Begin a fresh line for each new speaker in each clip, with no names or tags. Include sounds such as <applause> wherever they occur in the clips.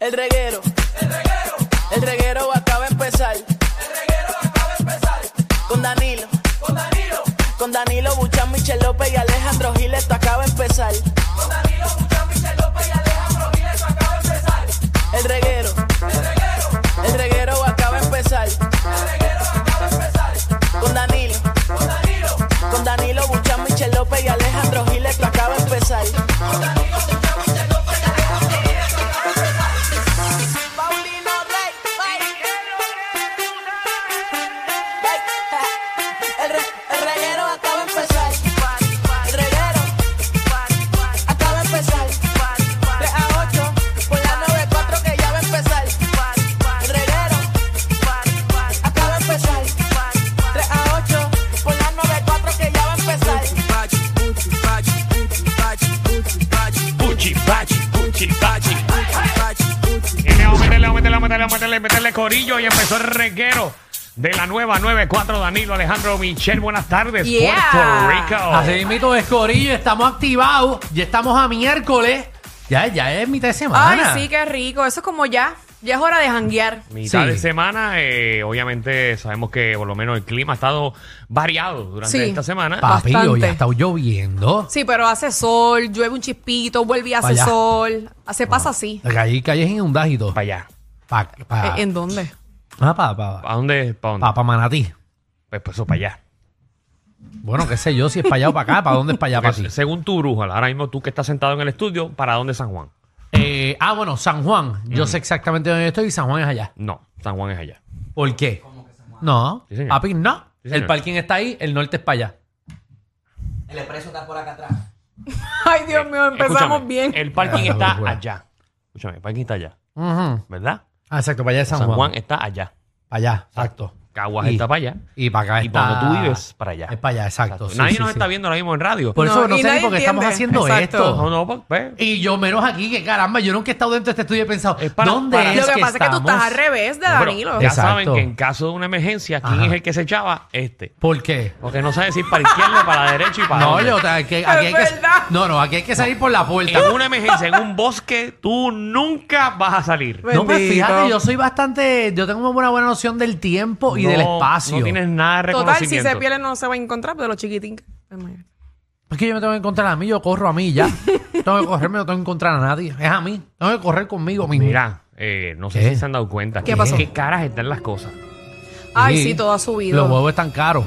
El reguero. El reguero. El reguero acaba de empezar. El reguero acaba de empezar. Con Danilo. Con Danilo. Con Danilo Buchan, Michel López y Alejandro Giles, esto acaba de empezar. Con Danilo Buchan, Michel López y Alejandro Giles, esto acaba de empezar. El reguero. El reguero. El reguero acaba de empezar. El reguero acaba de empezar. Con Danilo. Con Danilo. Con Danilo Buchan, Michel López y Alejandro Giles, esto acaba de empezar. Paulino Rey, Rey. Rey, ja. El, re- el reguero acaba de empezar. El reguero acaba de empezar. 3 a 8 por la 94 que ya va a empezar. El reguero acaba de empezar. 3 a 8 por la 94 que ya va a empezar.
Puchi, pachi, puchi, pachi.
Métele, métele, métele, métele, métele, métele corillo y empezó el reguero de la nueva 94 Danilo Alejandro Michel. Buenas tardes,
Yeah.
Puerto
Así
Rico.
mismo es Corillo, estamos activados, ya estamos a miércoles, ya, ya es mitad de
Ay,
semana.
sí, qué rico. Eso es como ya. Ya es hora de janguear.
Mitad
Sí.
de semana, eh, obviamente sabemos que por lo menos el clima ha estado variado durante
Sí.
esta semana.
Papi, hoy
Bastante.
ha estado lloviendo.
Sí, pero hace sol, llueve un chispito, vuelve y hace
Vaya.
sol. Hace pasa así.
Las calles, calles inundadas y todo.
Para allá.
Pa- pa-
Eh, ¿En dónde?
ah, pa, pa,
¿Para dónde? ¿Para dónde?
pa- pa Manatí.
Pues, pues eso, para allá.
Bueno, qué sé yo, si es para allá o para acá, ¿para dónde es para allá, para
<laughs> Porque se- Pues, según tu brújula, ahora mismo tú que estás sentado en el estudio, ¿para dónde es San Juan?
Eh, ah, bueno, San Juan. Yo
Mm.
sé exactamente dónde estoy y San Juan es allá.
No, San Juan es allá.
¿Por qué? No,
Sí, señor.
papi, no.
Sí, señor.
el parking está ahí, el norte es para allá.
El expreso está por acá atrás.
Ay, Dios mío, empezamos
Eh, Escúchame, Eh,
bien.
El parking
Ya,
está
locura.
allá. Escúchame, el parking está allá,
Ujú.
¿verdad?
Ah, exacto, para allá es San,
San
Juan.
Juan está allá.
Para allá, exacto.
Caguas
Y-
está para allá.
Y para acá
Y
está-
cuando tú vives, para allá.
Es para allá, exacto.
Exacto.
sí,
Nadie
sí,
nos
sí. Pues,
está viendo ahora mismo en radio.
Por eso
No,
no
y
sé ni
nadie
por qué estamos
entiende.
haciendo
Exacto.
esto.
no, no, pues, pues,
Y yo menos aquí, que caramba, yo nunca he estado dentro de este estudio y he pensado,
Es para-
¿dónde
para-
es
Lo que pasa es que tú
estamos?
estás al revés de
no, pero
Danilo.
ya
Exacto.
saben que en caso de una emergencia, ¿quién
Ajá.
es el que se echaba? Este.
¿Por qué?
Porque no sabe si para izquierda, para la derecha y para
No,
dónde.
yo, aquí, aquí hay que,
verdad.
no, no, aquí hay que salir por la puerta.
En una emergencia, en un bosque, tú nunca vas a salir.
Pues,
No, pero
Bendito.
fíjate, yo soy bastante, yo tengo una buena noción del tiempo y del
No,
espacio.
No tienes nada de
Total, si
reconocimiento.
se pierde no se va a encontrar, pero los chiquitín.
Es que yo me tengo que encontrar a mí, yo corro a
<laughs>
mí ya. tengo que correrme, no tengo que encontrar a nadie. Es a mí, tengo que correr conmigo mismo.
Mira, eh, no sé
¿Qué?
si se han dado cuenta.
¿Qué pasó?
¿Qué caras están las cosas?
Ay, sí, todo ha subido.
Los huevos están caros.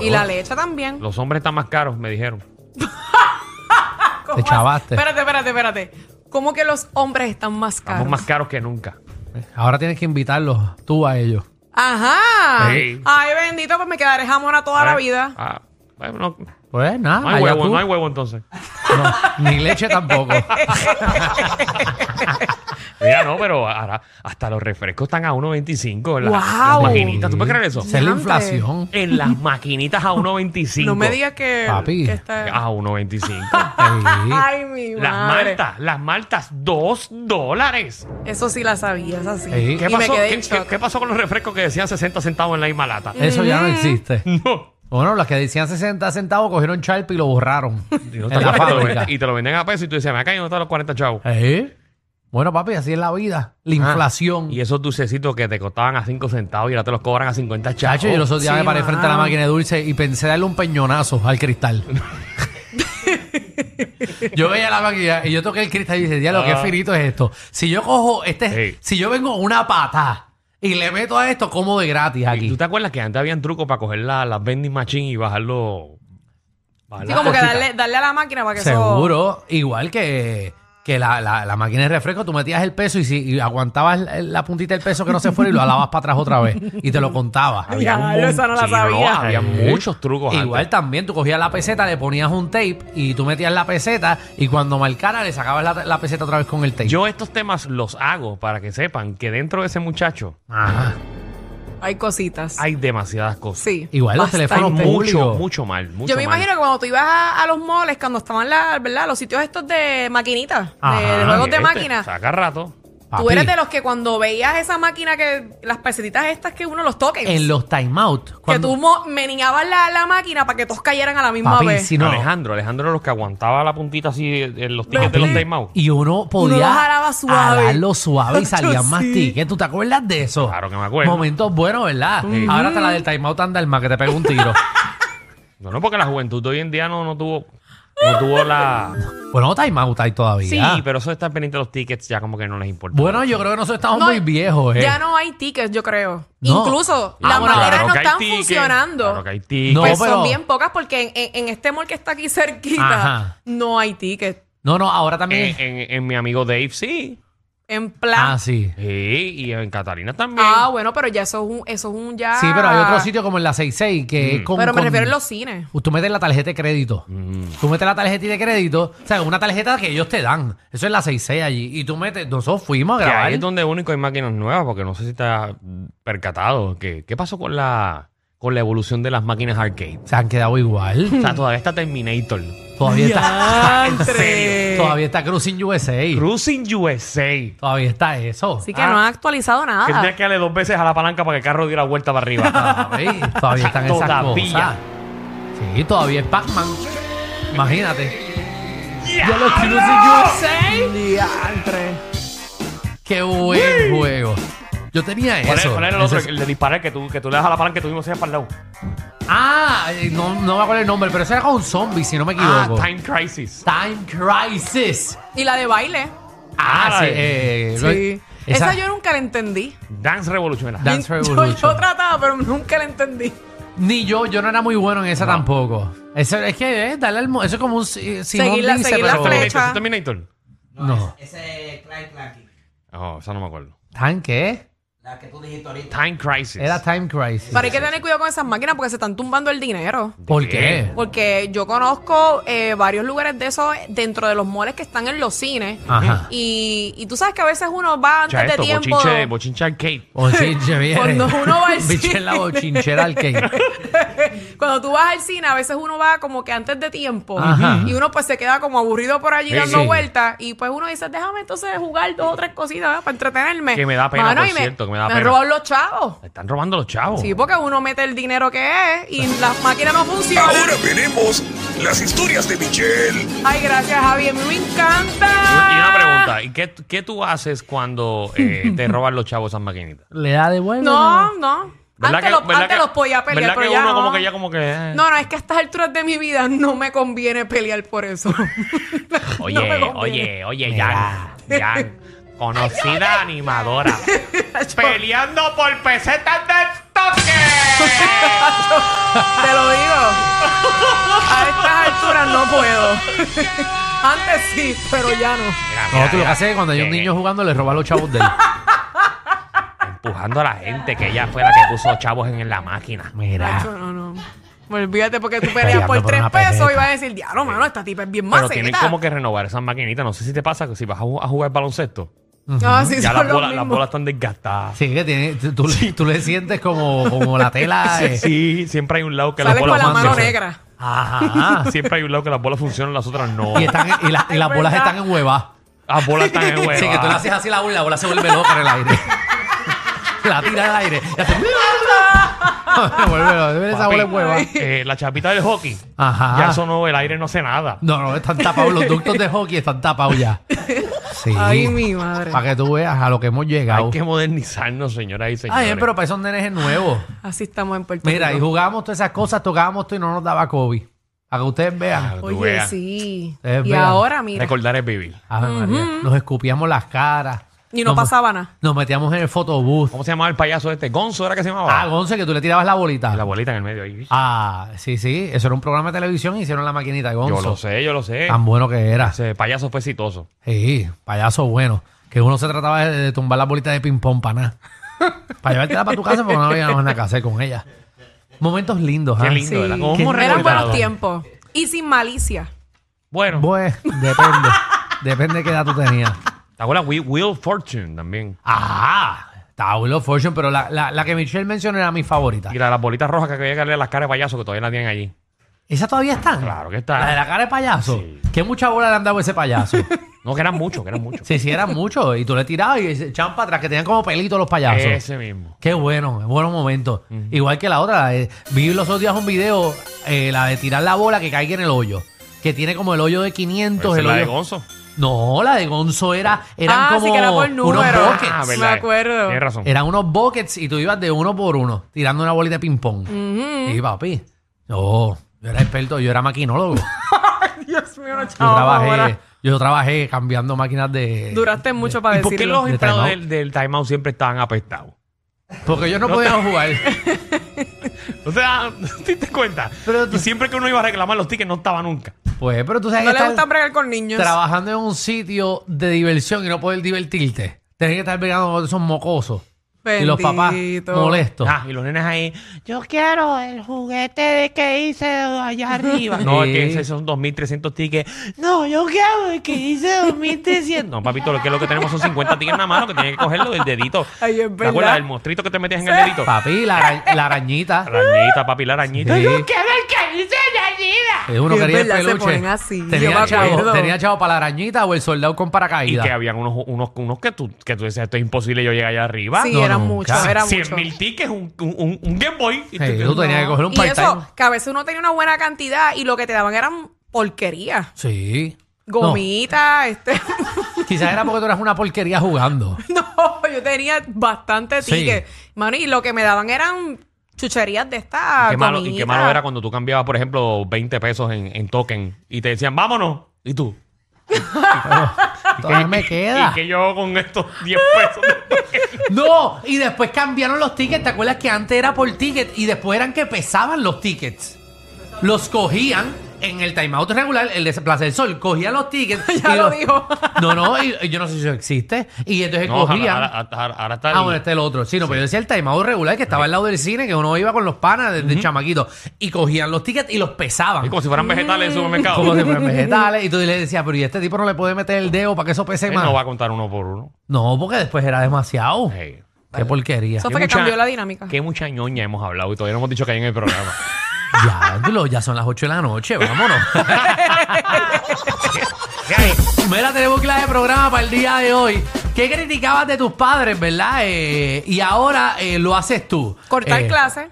Y la leche también.
Los hombres están más caros, me dijeron.
¿Cómo así?
Te chavaste.
Espérate, espérate, espérate. ¿Cómo que los hombres están más
Estamos
caros?
más caros que nunca.
Ahora tienes que invitarlos tú a ellos.
Ajá.
Sí.
Ay, bendito, pues me quedaré jamona toda la vida.
Ah, bueno, no,
Pues nada,
no hay
allá
huevo,
tú.
no hay huevo entonces.
No, ni
<laughs>
leche tampoco.
Mira, no, pero ahora hasta los refrescos están a 1.25. en las-
Wow.
Las maquinitas, ¿tú puedes creer eso?
Esa es la inflación.
En las maquinitas a 1.25.
No me digas que,
Papi.
que está...
A 1.25.
Ey.
<laughs> Ay, mi
<laughs> las
madre.
maltas, las maltas, 2 dólares.
Eso sí la sabía, es así.
Sí.
Y
¿Qué
me
pasó?
quedé
¿Qué-
en
qué-
shock.
qué pasó con los refrescos que decían 60 centavos en la misma lata? <laughs>
Eso ya no existe.
No.
Bueno, las que decían 60 centavos cogieron Sharp y lo borraron.
Y, no
en
te
la
acuerdas, y te lo
fábrica.
venden- eh, y te lo venden a peso y tú dices, me acá y no están los 40 chavos.
Ey. Bueno, papi, así es la vida. La
Ah,
inflación.
Y esos dulcecitos que te costaban a 5 centavos y ahora te los cobran a 50 chavos.
Chacho, yo los otros días
Sí,
me paré
ma.
frente a la máquina de dulce y pensé darle un peñonazo
<laughs>
al cristal. yo veía la máquina y yo toqué el cristal y dije, diablo, qué
Ah.
finito es esto. Si yo cojo este,
Ey.
si yo vengo con una pata y le meto a esto, como de gratis
¿Y ¿Tú
aquí.
te acuerdas que antes habían trucos para coger la- las vending machine y bajarlo? bajar
Sí,
las
como que
cositas?
darle, darle a la máquina para que <laughs> eso...
Seguro, igual que, que la, la- la máquina de refresco, tú metías el peso y si y aguantabas la, la puntita del peso que no se fuera y lo alabas para atrás otra vez y te lo contabas.
Había un
Diablo, esa no la
mon- sí,
sabía.
había muchos trucos.
Igual
antes.
también tú cogías la peseta, le ponías un tape y tú metías la peseta y cuando marcara le sacabas la, la peseta otra vez con el tape.
Yo estos temas los hago para que sepan que dentro de ese muchacho
Ajá.
Hay cositas.
hay demasiadas cosas.
Sí.
Igual los
bastante.
teléfonos
Mucho,
Público.
mucho mal. Mucho
Yo me
mal.
imagino que cuando tú ibas a, a los moles, cuando estaban la, ¿verdad? los sitios estos de maquinitas, de,
Ajá,
de juegos de
Este,
máquina,
Saca rato.
Papi,
Tú eres de los que cuando veías esa máquina que las pesetitas estas que uno los toque.
En los timeouts.
Que tú mo- meneabas la, la máquina para que todos cayeran a la misma
Papi,
vez.
si no.
Alejandro, Alejandro era los que aguantaba la puntita así en los tickets de los timeouts.
Y uno podía
lo jalaba suave.
jalarlo
<laughs>
suave y
Chacho,
salían más
sí.
tickets. ¿Tú te acuerdas de eso?
Claro que me acuerdo.
Momentos buenos, ¿verdad? Ahora hasta la del timeout Andalma que te pegó
<laughs>
un tiro.
No, no, porque la juventud de hoy en día no, no tuvo, no tuvo
<laughs>
la.
bueno, timeout hay todavía.
Sí, pero eso de estar pendiente de los tickets ya como que no les importa.
Bueno, yo creo que nosotros estamos
No,
muy viejos, ¿eh?
Ya no hay tickets, yo creo.
No.
Incluso
Ah,
las
bueno,
maderas
claro
no
que hay
están
tickets,
funcionando.
Claro que hay tickets.
No,
pues
pero-
son bien pocas porque en, en- en este mall que está aquí cerquita
Ajá.
no eh, hay tickets.
No, no, ahora también.
En, en- en mi amigo Dave sí.
En plan.
ah, sí.
Sí, y en Catalina también.
Ah, bueno, pero ya eso es un, eso es un ya.
Sí, pero hay otro sitio como en la 66 que es
Ah.
con.
Mm. Pero me
con-
refiero a los cines.
Tú metes la tarjeta de crédito.
Mm.
Tú metes la tarjeta de crédito. O sea, una tarjeta que ellos te dan. Eso es la 66 allí. Y tú metes. Nosotros fuimos a
Que
grabar.
ahí es donde único hay máquinas nuevas, porque no sé si te has percatado. Que, ¿Qué pasó con la, con la evolución de las máquinas arcade?
Se han
<laughs>
quedado igual.
O sea, todavía está Terminator.
Todavía <laughs> está.
En serio.
Todavía está Cruising USA.
Cruising USA. Que
Todavía está eso.
Así que no han actualizado
tenías
nada.
que darle dos veces a la palanca para que el carro diera vuelta para
<laughs>
arriba.
Ay, todavía están esas
Todavía.
cosas. Sí, todavía es Pac-Man. Imagínate. Ya lo Qué buen juego. Yo tenía
¿Cuál, es-
eso.
cuál era el otro?
Ese-
El de disparar que tú, que tú le das a la palanca que tú mismo se para el lado.
Ah, eh, no, no me acuerdo el nombre, pero eso era con zombies, si no me
Ah,
equivoco.
Time Crisis.
Time Crisis.
Y la de baile.
Ah,
Ah,
sí.
la
eh, lo-
Sí. Esa, yo nunca la entendí.
Dance Revolution. era.
Da-
<laughs>
Dance
Yo-
Revolution.
Yo, trataba, pero nunca la entendí.
Ni yo, yo no era muy bueno en esa
No.
tampoco. Eso, es que eh, darle al mo- eso es como un si- Simón
Seguirla-
dice,
seguir la
pero-
flecha.
Terminator, ¿sí Terminator?
No,
No.
es- ese es Clank Clanky.
No, esa no me acuerdo.
¿Time qué?
La que tú dijiste ahorita.
Time Crisis.
Era Time Crisis.
Pero hay que tener cuidado con esas máquinas porque se están tumbando el dinero.
¿Por qué?
Porque yo conozco eh, varios lugares de esos dentro de los moles que están en los cines.
Ajá.
Y, y tú sabes que a veces uno va antes
Escucha Ah. esto,
de tiempo.
bochinche, bochinche arcade.
Bochinche, viene.
Cuando uno va al
Biche en la
cine.
bochinchera al que.
Cuando tú vas al cine, a veces uno va como que antes de tiempo.
Ajá.
Y uno pues se queda como aburrido por allí
Sí,
dando
sí.
vueltas. Y pues uno dice, déjame entonces jugar dos o tres cositas ¿verdad? para entretenerme.
Que me da pena, por
y
cierto, que me da
me
pena.
roban los chavos.
Le Están robando los chavos.
Sí, porque uno mete el dinero que es y las máquinas no funcionan.
Ahora veremos las historias de Michelle.
Ay, gracias, Javi. A mí me encanta.
Y una pregunta, ¿y qué, qué tú haces cuando eh,
<laughs>
te roban los chavos esas maquinitas?
Le da de vuelta.
No, no. Antes, los-
¿verdad
antes los podía pelear,
¿verdad
pero
que
ya
uno
no.
como que ya como que... eh,
No, no, es que a estas alturas de mi vida no me conviene pelear por eso. <laughs> No
Oye,
me conviene.
oye, oye,
Mira.
Jan, Jan, conocida
<laughs>
animadora, peleando por pesetas de
<laughs>
toque.
Te lo digo. A estas alturas no puedo. <laughs> Antes sí, pero ya no.
Mira, mira,
No, tú lo que
mira.
haces es que cuando hay un
Que
niño jugando le roba los chavos de él.
Empujando a la gente, que ella fue la que puso chavos en la máquina.
Mira.
Yo no, no. Olvídate porque tú
Peleando
peleas por
por
tres
una
pesos
peseta.
y vas a decir, diablo, mano, esta tipa es bien
Pero
más
tienen como que renovar esas maquinitas. No sé si te pasa que si vas a, ju- a jugar baloncesto,
No, sí,
ya las
son los
bolas, las
mismos.
bolas están desgastadas.
Sí, que tiene, tú, tú- tú le sientes como, como la tela.
<laughs>
eh.
Sí, siempre hay un lado que las
Sales con
bolas
la mano
funcionan.
negra.
Ajá.
Siempre hay un lado que las bolas funcionan, las otras no.
<laughs> Y, están, y, la- y las
Es
bolas
verdad.
están en hueva.
Las bolas están en hueva.
Sí, que tú le haces así la bola y la bola se vuelve loca en el aire. la tira al aire. Y hace- <laughs> Se vuelve loca. Debe esa
Papi,
bola en hueva.
eh, la chapita del hockey.
Ajá.
Ya eso no, el aire no hace nada.
No, no, están tapados. Los ductos de hockey están tapados ya. Sí.
Ay, mi madre.
Para que tú veas a lo que hemos llegado.
Hay que modernizarnos, señoras y señores.
Ay, pero para esos nenes es nuevo.
Así estamos en Puerto
Mira, y
Rico.
jugábamos todas esas cosas, tocábamos todo y no nos daba COVID. Para que ustedes vean.
Para que tú
Oye,
veas.
sí.
Es
y
verdad.
ahora, mira.
Recordar es vivir.
Ave María, Nos escupíamos las caras.
Y no
Nos-
pasaba nada.
Nos metíamos en el fotobús.
¿Cómo se llamaba el payaso este? Gonzo era que se llamaba.
Ah, Gonce, que tú le tirabas la bolita.
la bolita en el medio ahí.
Ah, sí, sí. Eso era un programa de televisión y hicieron la maquinita de Gonzo.
yo lo sé, yo lo sé.
Tan bueno que era.
Ese payaso fue exitoso.
Sí, payaso bueno. Que uno se trataba de, de tumbar la bolita de ping-pong
<laughs>
para nada. para llevártela para tu casa porque no había más nada que hacer con ella. Momentos lindos,
Qué
¿ah?
lindo, ¿verdad? Como
Qué-
un morreo
Eran buenos
retardado.
tiempos. Y sin malicia.
Bueno,
Pues, depende. depende de qué edad tú tenías.
¿te acuerdas? Will, Will Fortune también.
Ajá. Estaba Wheel of Fortune, pero la, la- la que Michelle mencionó era mi favorita.
Y la- las bolitas rojas que había que darle a las caras de payaso que todavía la tienen allí.
¿Esa todavía están?
Claro que
La de
está.
la cara de payaso.
Sí.
Que mucha bola le han dado a ese payaso.
No, que eran muchos, que eran
<laughs>
muchos.
Sí, sí, eran muchos. Y tú le tirabas y se echaban para atrás, que tenían como pelitos los payasos.
Ese mismo.
Qué bueno, buenos momentos. Igual que la otra, eh, vi los otros días un video, eh, la de tirar la bola que caiga en el hoyo. Que tiene como el hoyo de 500.
Esa es
el
la
hoyo...
de Gonzo.
No, la de Gonzo era, eran
ah,
como
sí, que era por
unos
número.
buckets.
Ah,
me
verdad.
acuerdo.
Tienes razón.
Eran unos buckets y tú ibas de uno por uno, tirando una bolita de ping-pong. Y papi, no, yo era experto, yo era maquinólogo. Yo
Dios mío, no, chavo, <laughs>
trabajé,
ahora.
yo trabajé cambiando máquinas de...
Duraste mucho para
¿Y por qué
decirlo.
los
De
entrados
timeout.
del, del timeout siempre estaban apestados?
Porque ellos no podían
<laughs>
jugar.
O sea, <laughs> ¿te das cuenta?
Pero tú-
Y siempre que uno iba a reclamar los tickets, no estaba nunca.
Pues, pero tú sabes
No
que
le
estar
gusta bregar con niños.
trabajando en un sitio de diversión y no poder divertirte. Tienes que estar pegando con esos mocosos. Y los papás
Bendito.
molestos.
Ah, y los nenes ahí, yo quiero el juguete de que hice allá arriba.
Sí.
No, es que esos son 2.300 tickets. No, yo quiero el que hice 2.300. No, papito, lo que, lo que tenemos son 50 tickets en la mano que tienes que cogerlo del dedito.
Ay, es
¿Te acuerdas
verdad.
del mostrito que te metías en el dedito?
Papi, la,
<laughs>
ara- la
Ah,
arañita.
Arañita, papi, la arañita.
Sí.
Yo quiero el que hice la arañita.
Eh, Uno
Y es
quería el
verdad, se
peluche.
ponen así, yo
tenía,
me
chavo,
acuerdo.
tenía chavo para la arañita o el soldado con
Y
paracaídas.
que habían unos, unos, unos que, tú, que tú decías, esto es imposible, yo llegué allá arriba.
Sí,
No,
eran
nunca.
muchos, eran muchos.
mil tickets, un, un- un- un Game Boy. Y
Sí,
tú-
tú tenías que coger un
Y
part-time.
eso, que a veces uno tenía una buena cantidad y lo que te daban eran porquerías.
Sí. No,
Gomita, este. <laughs>
quizás era porque tú eras una porquería jugando.
no, yo tenía bastante
Sí.
tickets. Mano, y lo que me daban eran chucherías de
Ah,
esta.
qué malo, y
gomita.
qué malo era cuando tú cambiabas, por ejemplo, 20 pesos en, en token y te decían, vámonos. Y tú.
Todavía me
<laughs>
queda.
¿Y que yo hago con estos 10 pesos?
No, y después cambiaron los tickets. ¿Te acuerdas que antes era por ticket y después eran que pesaban los tickets? Los cogían en el timeout regular, el de Plaza del Sol, cogían los tickets.
<laughs> Ya
y
lo
los-
dijo.
No, no, y- y yo no sé si eso existe. Y entonces
no,
cogían.
ahora, ahora- ahora- ahora está. el-
Ah, bueno, este es el otro. Sí, no, pero yo decía el timeout regular que estaba al lado del cine, que uno iba con los panas desde chamaquito. Y cogían los tickets y los pesaban.
es como si fueran vegetales en el supermercado. <laughs>
Como si fueran vegetales. Y tú le decías, pero ¿y este tipo no le puede meter el dedo para que eso pese
Él
más?
no
No,
va a contar uno por uno.
porque después era demasiado.
Hey.
Qué porquería.
Eso fue que cambió la dinámica.
Qué mucha ñoña hemos hablado y todavía no hemos dicho que hay en el programa.
Ya, Ángulo, ya son las 8 de la noche, vámonos. Mira, tenemos clase de programa para el día de hoy. ¿Qué criticabas de tus padres, verdad? Eh, y ahora eh, lo haces tú.
Cortar
Eh,
clases.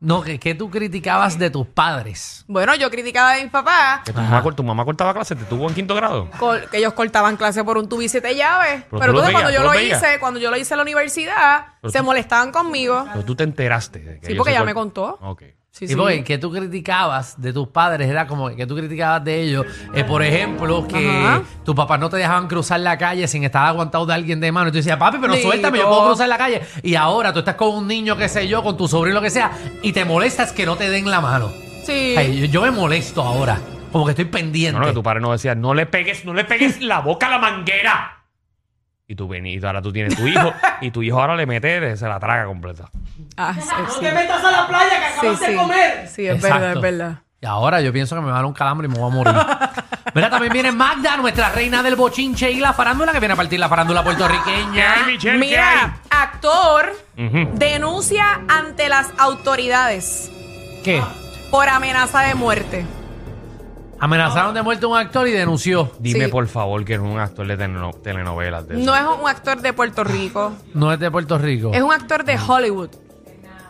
No, ¿qué, qué tú criticabas de tus padres?
Bueno, yo criticaba a mis papás
Que tu, mamá, cor- tu mamá cortaba clases, te tuvo en quinto grado.
col- que ellos cortaban clases por un tubo y siete llaves.
tú
Pero,
los
entonces
veías,
cuando yo
tú los
lo
veías.
hice, cuando yo lo hice en la universidad,
Pero
se
tú-
molestaban conmigo.
Pero tú te enteraste. de que
Sí,
ellos
porque
se
ya
cort-
me contó.
Ok.
Sí,
y
sí.
porque, ¿qué tú criticabas de tus padres? Era como que tú criticabas de ellos, eh, por ejemplo,
Ajá.
que tus papás no te dejaban cruzar la calle sin estar aguantado de alguien de mano. Y tú decías, papi, pero
Lindo.
suéltame, yo puedo cruzar la calle. Y ahora tú estás con un niño, qué sé yo, con tu sobrino, lo que sea, y te molestas que no te den la mano.
Sí.
Ay, yo, yo me molesto ahora, como que estoy pendiente.
No, no, que tu padre no decía, no le pegues, no le pegues la boca a la manguera. Y tú venís, ahora tú tienes tu
<laughs>
hijo, y tu hijo ahora le mete, se la traga completa.
Ah, sí,
No
sí.
te metas a la playa que acabas
Sí,
de
sí.
comer.
Sí, es
Exacto.
verdad, es verdad.
Y ahora yo pienso que me va a dar un calambre y me voy
<laughs>
a morir. Mira, también viene Magda, nuestra reina del bochinche y la farándula, que viene a partir la farándula puertorriqueña.
Michelle, ¿qué
Mira, actor
Ujú.
denuncia ante las autoridades
¿Qué?
por amenaza de muerte.
Amenazaron de muerte a un actor y denunció.
Dime
Sí.
por favor que no es un actor de teleno- telenovelas. De
No
eso.
es un actor de Puerto Rico,
No es de Puerto Rico.
es un actor de Hollywood.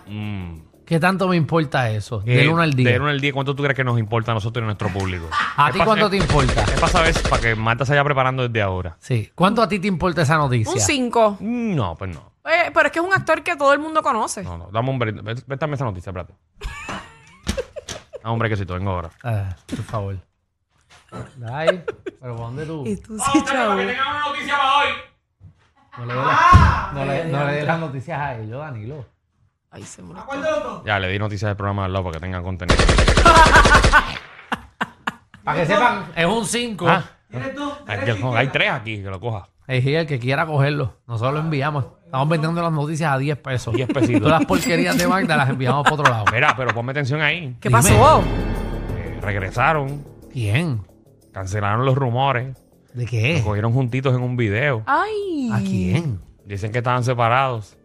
Mm.
¿Qué tanto me importa eso? Del
Eh,
1 al 10.
Del 1 al 10, ¿cuánto tú crees que nos importa a nosotros y a nuestro público?
¿A ti cuánto te importa?
Es para saber, para que Marta se vaya preparando desde ahora.
Sí. ¿Cuánto a ti te importa esa noticia?
Un 5.
Mm, No, pues no.
pero es que es un actor que todo el mundo conoce.
No, no. Dame un break. Vé- Véstame esa noticia, espérate. Dame un break que si te vengo ahora.
Ah, por favor. Ay, pero ¿por dónde tú?
Y tú sí, chavo.
una noticia para hoy.
No le des la- no le- no le des las noticias a ellos, Danilo.
Ay, se molestó.
Ya, le di noticias del programa al lado para que tengan contenido.
Para que sepan, es un 5.
Ah,
¿Tienes tú?
hay,
¿Eres
que-
chiquita?
hay tres aquí, que lo coja.
Es el que quiera cogerlo. Nosotros lo enviamos. Estamos vendiendo las noticias a 10 pesos.
10 pesitos.
Todas las porquerías de Magda las enviamos para otro lado.
Mira, pero ponme atención ahí.
¿Qué
Dime.
pasó?
Eh, regresaron,
¿Quién?
cancelaron los rumores,
¿De qué?
cogieron juntitos en un video.
Ay.
¿A quién?
Dicen que estaban separados.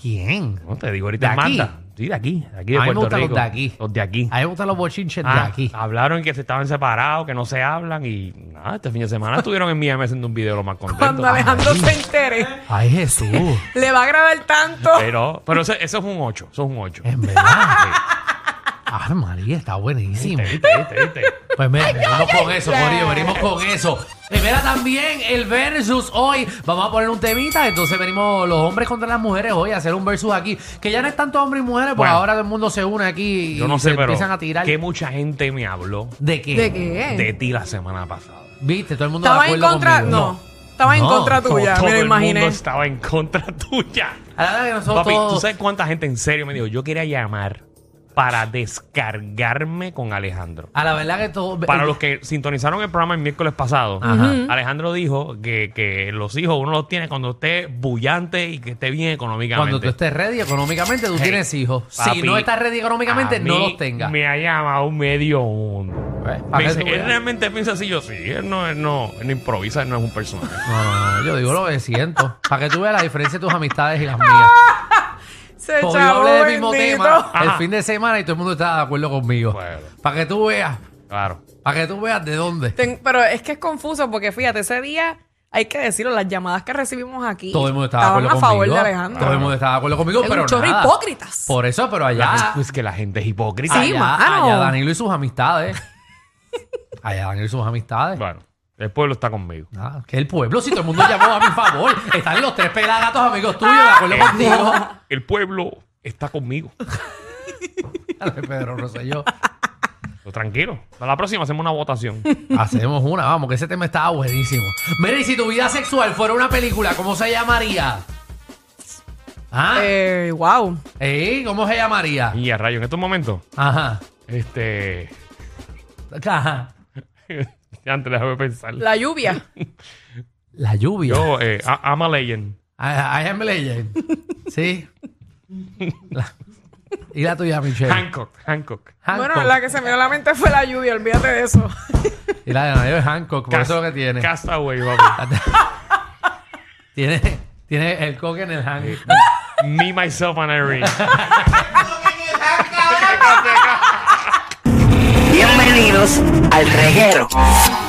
¿Quién?
No te digo
¿De
ahorita,
aquí?
Marta. Sí, de aquí, de aquí de
a mí me
Puerto
gustan
Rico.
los de aquí.
Los de aquí.
A mí me gustan los bochinches
Ah,
de aquí.
Hablaron que se estaban separados, que no se hablan y nada, este fin de semana estuvieron en Miami haciendo un video lo más
<laughs>
contento.
ah,
Cuando Alejandro se entere,
Ay, Jesús.
le va a grabar tanto.
Pero, pero eso, eso es un 8, eso es un 8. <laughs>
En verdad. Ay, María, está buenísimo.
¿Viste, viste, viste?
Pues mira, venimos con eso, Corillo, venimos con eso. Primera también el versus hoy. Vamos a poner un temita, entonces venimos los hombres contra las mujeres hoy a hacer un versus aquí. Que ya no es tanto hombres y mujeres, porque
Bueno.
ahora todo el mundo se une aquí <laughs> y
Yo no sé,
se
pero
empiezan a tirar.
que mucha gente me habló
eh, ¿De qué?
¿De qué?
de ti la semana pasada.
¿Viste? Todo el mundo
¿Estaba
de
en
acuerdo
contra?
conmigo.
No. Estaba en
No,
contra
Todo-
tuya,
todo
me lo
el
imaginé.
mundo estaba en contra <laughs> tuya.
Ahora que nosotros
Papi, ¿tú
todos-
sabes cuánta gente en serio me dijo? Yo quería llamar para descargarme con Alejandro.
A la verdad que todo...
Para los que sintonizaron el programa el miércoles pasado,
Eh, Ajá.
Alejandro dijo que, que los hijos uno los tiene cuando esté bullante y que esté bien económicamente.
Cuando tú estés ready económicamente, tú
Hey,
tienes hijos. si
papi,
no estás ready económicamente,
a
no
mí
los tengas.
Me ha llamado medio mundo.
Pues,
Me
¿para qué
dice,
tú
él
veas?
realmente piensa así, yo sí. Él no, él no, él no improvisa, él no es un <laughs> personaje.
No, no, no, yo digo lo que siento. Para que tú veas la diferencia de tus amistades y las mías.
Se
Porque yo
chavó,
hablé del mismo
bendito.
tema Ah. el
Ajá.
fin de semana y todo el mundo estaba de acuerdo conmigo.
Bueno.
Para que tú veas,
Claro.
para que tú veas de dónde.
Ten- pero es que es confuso porque fíjate, ese día hay que decirlo, las llamadas que recibimos aquí
Todo el mundo estaba de
estaban
acuerdo
a favor
conmigo.
de Alejandro.
Todo el mundo estaba de acuerdo conmigo,
Es
pero
un chorro
nada.
hipócritas.
Por eso, pero
La
allá,
gente- es que la gente es hipócrita.
Sí,
allá,
mano.
allá Danilo y sus amistades.
<laughs>
allá Danilo y sus amistades.
Bueno, el pueblo está conmigo.
Nada, que el pueblo, si todo el mundo llamó a mi favor, están los tres pelagatos amigos tuyos de acuerdo
Ah,
contigo.
<laughs> El pueblo está conmigo.
Dale, Pedro Rosselló.
Pero tranquilo. Para la próxima hacemos una
<laughs>
votación.
Hacemos una, vamos, que ese tema estaba buenísimo. Mira, y si tu vida sexual fuera una película, ¿cómo se llamaría? ¿Ah?
Eh, wow.
¿Eh? ¿Cómo se llamaría?
y a rayo, en estos momentos,
Ajá.
este.
Ajá.
Antes déjame pensar.
La lluvia.
La lluvia.
Yo, eh, I- I'm a legend.
I, I am legend. Sí. La- Y la tuya, Michelle.
Hancock, Hancock.
Hancock.
Bueno, la que se me dio a la mente fue la lluvia, olvídate de eso. <laughs>
Y la de Nadia es Hancock, por eso es lo que tiene.
Castaway, papi.
<laughs> tiene. Tiene el coque en el Hancock.
Me, myself and Irene.
Bienvenidos al reguero.